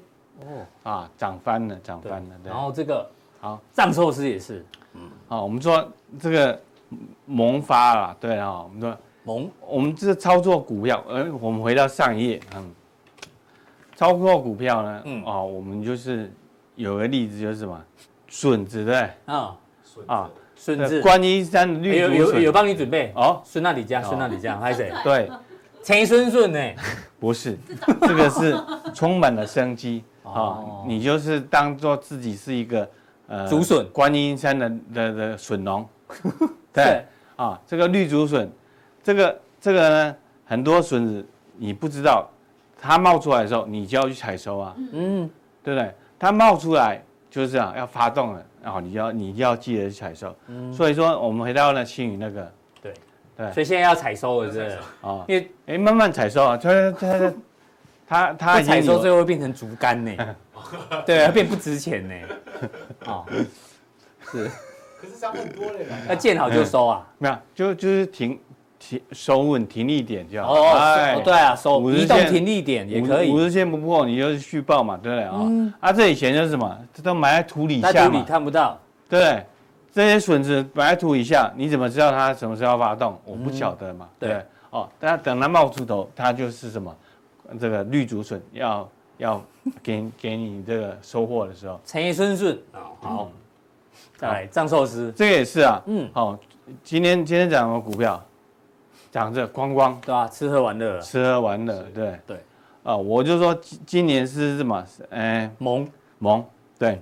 哦啊涨翻了，涨对翻了，对然。后这个好藏寿司也是啊，我们说这个萌发啦，对啊，我们说萌，我们这操作股票，呃，我们回到上一页，嗯，操作股票呢，嗯哦，我们就是有个例子就是什么笋子对啊，孙子啊，孙子，观音山的哎有绿竹有有笋帮你准备，哦，孙那里家，哦孙那里家，还有谁？对，陈孙顺呢？不是，这个是充满了生机哦啊！你就是当做自己是一个呃竹笋观音山的的的 笋农，对啊，这个绿竹笋，这个这个呢，很多笋子你不知道，它冒出来的时候，你就要去采收啊，嗯，对不对？它冒出来就是啊，要发动了，然后你要你就要记得去采收。嗯所以说，我们回到了新宇那个所以现在要采收了，是不是？啊，因为哎，慢慢采收啊，它它它它它它已经采收有最后会变成竹竿 呢，对，它变不值钱呢，哦，是，可是这样很多嘞。那见好就收啊。没有，就就是停停收稳停利点就好。哦，哎哦对啊，手50移动线停利点也五可五以，嗯日线不破，你就是续报嘛，对不对啊？啊，这以前就是什么，这都埋在土里那下土里嘛，看不到，对不对？这些笋子埋在土里下，你怎么知道它什么时候发动？我不晓得嘛，对不对嗯对？哦，但等它冒出头，它就是什么，这个绿竹笋要要给你给你这个收获的时候，嗯陈爷孙顺，哦好，再来藏寿司，这个也是啊，嗯，好、今天今天讲什么股票？讲这光光对吧？吃喝玩乐了，吃喝玩乐，对对，啊，我就说今今年是什么？哎、萌萌，对，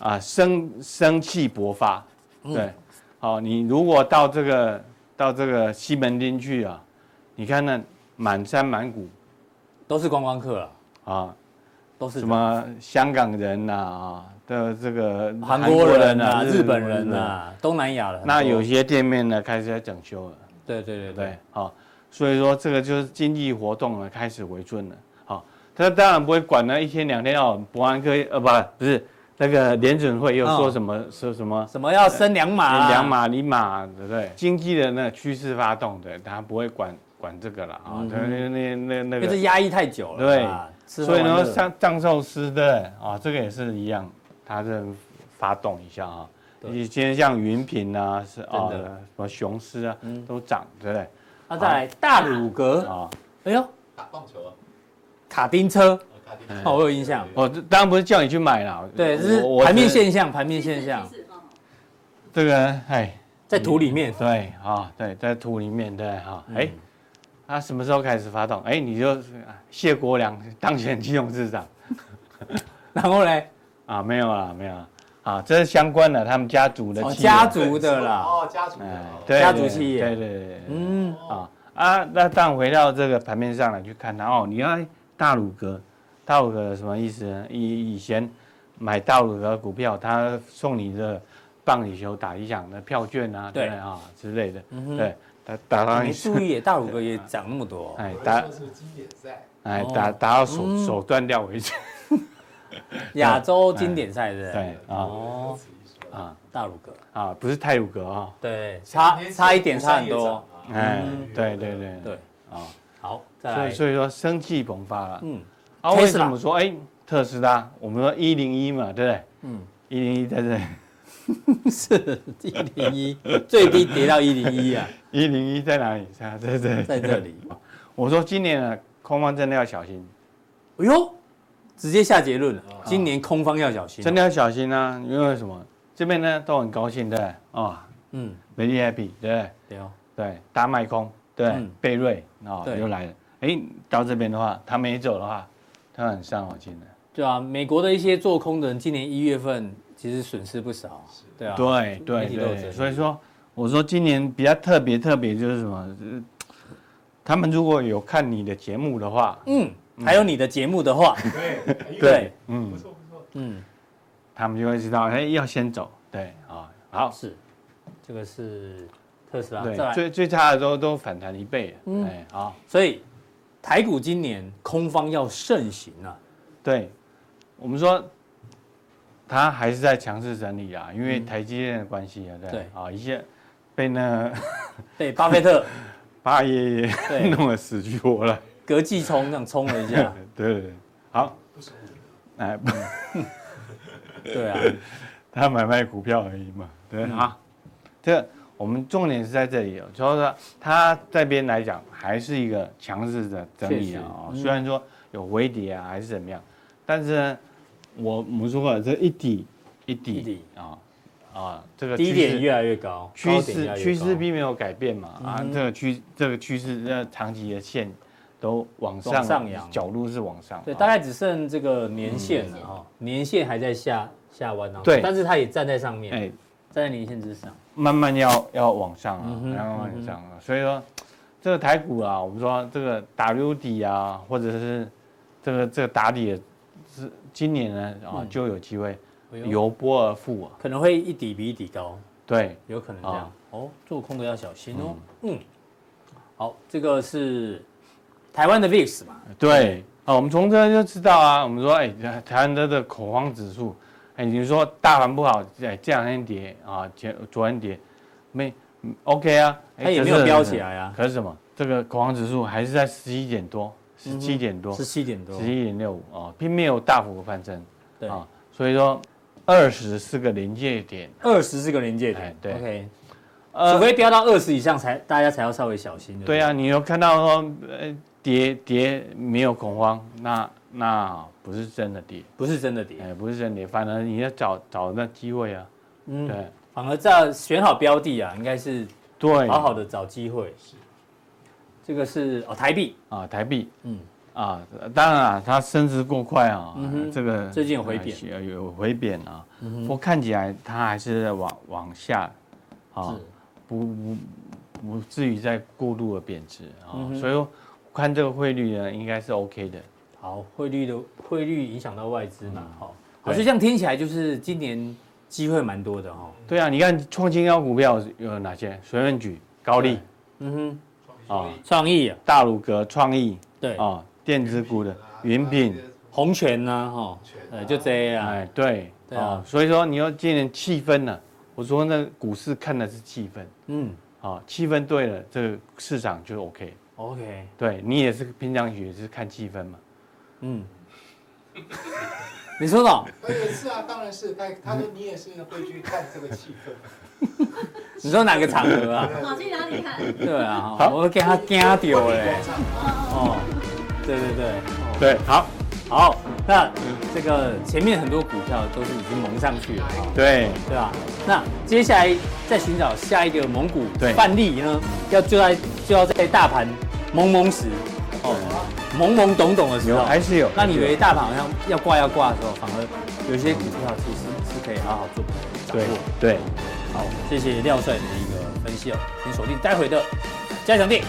啊，生生气勃发，嗯对，好、你如果到这个到这个西门町去啊，你看那满山满谷都是观光客了，啊，都是什么香港人呐啊的这个韩国人啊、韩日本人，啊、东南亚的，那很多有些店面呢开始在整修了。对对对对对，，好、所以说这个就是经济活动呢开始回春了，好、他当然不会管那一天两天哦，伯安科呃不不是那个联准会又说什么、说什么什么要升两码嗯啊，两码零码，对不对？经济的那个趋势发动的，他不会管管这个了啊，他那那那那嗯因为个这，压抑太久了，对啊，吃喝所以玩乐呢，像藏寿司的啊、这个也是一样，他这发动一下啊。对以前像云品啊，是啊，真的嗯什么雄狮啊，都涨，对不对？那再来大乳啊、格，哎呦，打棒球啊，卡丁车，打地板哦，我有印象，我这当然不是叫你去买啦，对，这是我我盘面是现象，盘面现象其，实，其实嗯这个，哎，在土里面，对啊、对，在土里面，对哈，嗯哎、它什么时候开始发动？哎，你就啊谢国良当选基隆市长然后嘞，啊？没有啦，没有啦，啊，这是相关的他们家族的哦企业、家族的啦，哦，家族的哎哦，对，家族对企业对对对对，嗯嗯，哦，啊啊，那当回到这个盘面上来去看它哦，你看大鲁格，大鲁格什么意思呢？以以前买大鲁格股票，他送你的棒球球打一响的票券啊，对对不对啊之类的，嗯哼对，打打到没你嗯注意耶，大乳哥也涨那么多， 哎有人打说是经典赛，哎哦打打到手、嗯手断掉为止，亚洲经典赛是不是对啊哦，自己说啊大乳哥，啊，不是泰鲁格啊，对，差差一点差很多，，哎嗯，对对对对，啊，好，再所以来，所以说生气迸发了。嗯，啊，为 Tesla 什么说哎、特斯拉？我们说一零一嘛，对不对？嗯嗯，一零一在这里， 是一零一，最低跌到一零 一啊，一零一在哪里？ 在在这里，在这里。我说今年呢，空方真的要小心，哎呦，直接下结论了，今年空方要小心，哦真的，要小心啊！因为什么？这边呢都很高兴，对不对？哦嗯， ，very happy，对不对？对哦，对，大卖空，对不对嗯，贝瑞哦对又来了。哎，到这边的话，他没走的话，他很伤脑筋的。对啊，美国的一些做空的人，今年一月份其实损失不少，对啊，对对媒体都有对，责所以说我说今年比较特别特别就是什么？呃他们如果有看你的节目的话，嗯，还有你的节目的话，对哎对，嗯不，错不错，嗯，他们就会知道，哎，要先走，对啊，好，哦是，这个是特斯拉，再对，来，最最差的时候都反弹一倍，嗯哎，好，所以台股今年空方要盛行啊，对，我们说它还是在强势整理啊，因为台积电的关系啊，嗯对对啊，一些被那被巴菲 特八爷爷对弄得死去活来，隔季冲这样冲了一对下，对对，好，不舒服，哎，对 啊，他买卖股票而已嘛，对嗯啊，这个我们重点是在这里哦，就是说它这边来讲还是一个强势的整理啊、哦确，实嗯虽然说有回跌啊还是怎么样，但是呢，我我们说过了这一底一一底底啊啊，这个低趋点势越来越高，趋高点越来势越趋高势并没有改变嘛啊嗯，哼这个趋这个趋势这长期的线都往往上上扬角度是往上，对，啊大概只剩这个年限了哈、年限还在下下弯啊，嗯对但是它也站在上面，哎站在年限之上，慢慢要要往上嗯哼啊，然后往上啊，所以说这个台股啊，我们说这个打溜底啊，或者是这个这个打底的，是今年呢啊嗯就有机会哎呦由波而富啊，可能会一底比一底高，对，有可能这样啊哦，做空的要小心哦，嗯，好，这个是台湾的 VIX 嘛，嗯对，啊，我们从这就知道啊，我们说，哎，台台湾的这个恐慌指数，哎，你说大盘不好，哎，这两天跌啊，前昨天跌，没嗯 OK 啊，哎它也没有飙起来啊可是可是什么？这个恐慌指数还是在十一点多，十七点多，十七点多十，一点六五啊，并没有大幅攀升对，啊，所以说二十是个临界点，二十是个临界点哎，对，OK，呃除非飙到二十以上才大家才要稍微小心，对不啊，，你有看到说呃跌跌没有恐慌，那那不是真的跌，不是真的跌，哎哎，不是真的跌，反而你要找找那机会啊，嗯，对反而这样选好标的啊，应该是对，好好的找机会。这个是哦台币，啊，台币嗯，啊，当然啊，它升值过快啊嗯，哼这个最近有回贬嗯呃，有回贬啊，不过看起来它还是在往往下啊，不不不至于在过度的贬值啊嗯，哼所以我看这个汇率呢，应该是 OK 的。好，汇率的汇率影响到外资嘛，好，好，嗯对所以这样听起来就是今年机会蛮多的哈。对啊，你看创新高股票有哪些？水润举、高丽、嗯啊、哼，创意啊，大鲁格、创意对，啊、电子股的云品，红拳呐，哈，呃，就这样啊，哎，对，对啊哦所以说你要今年气氛呢、我说那股市看的是气氛，嗯啊，气氛对了，这个市场就 OK。 ，OK，对你也是平常也是看气氛嘛，嗯，你说的哦，对，是啊，当然是，但他说你也是会去看这个气氛。你说哪个场合 啊？跑去哪里看？对啊，好我给他惊掉嘞，哦，哦，对对对，对，好，好，那这个前面很多股票都是已经蒙上去了，哈对，对吧？那接下来再寻找下一个蒙古对范例呢，要就在就要在大盘懵懵时，哦，懵懵懂懂的时有候，还是有，那你以还是有为大盘好像要挂要挂的时候，反而有一些股票其实是可以好好做掌对握。对。好，谢谢廖帅的一个分析哦，请锁定待会的加强地。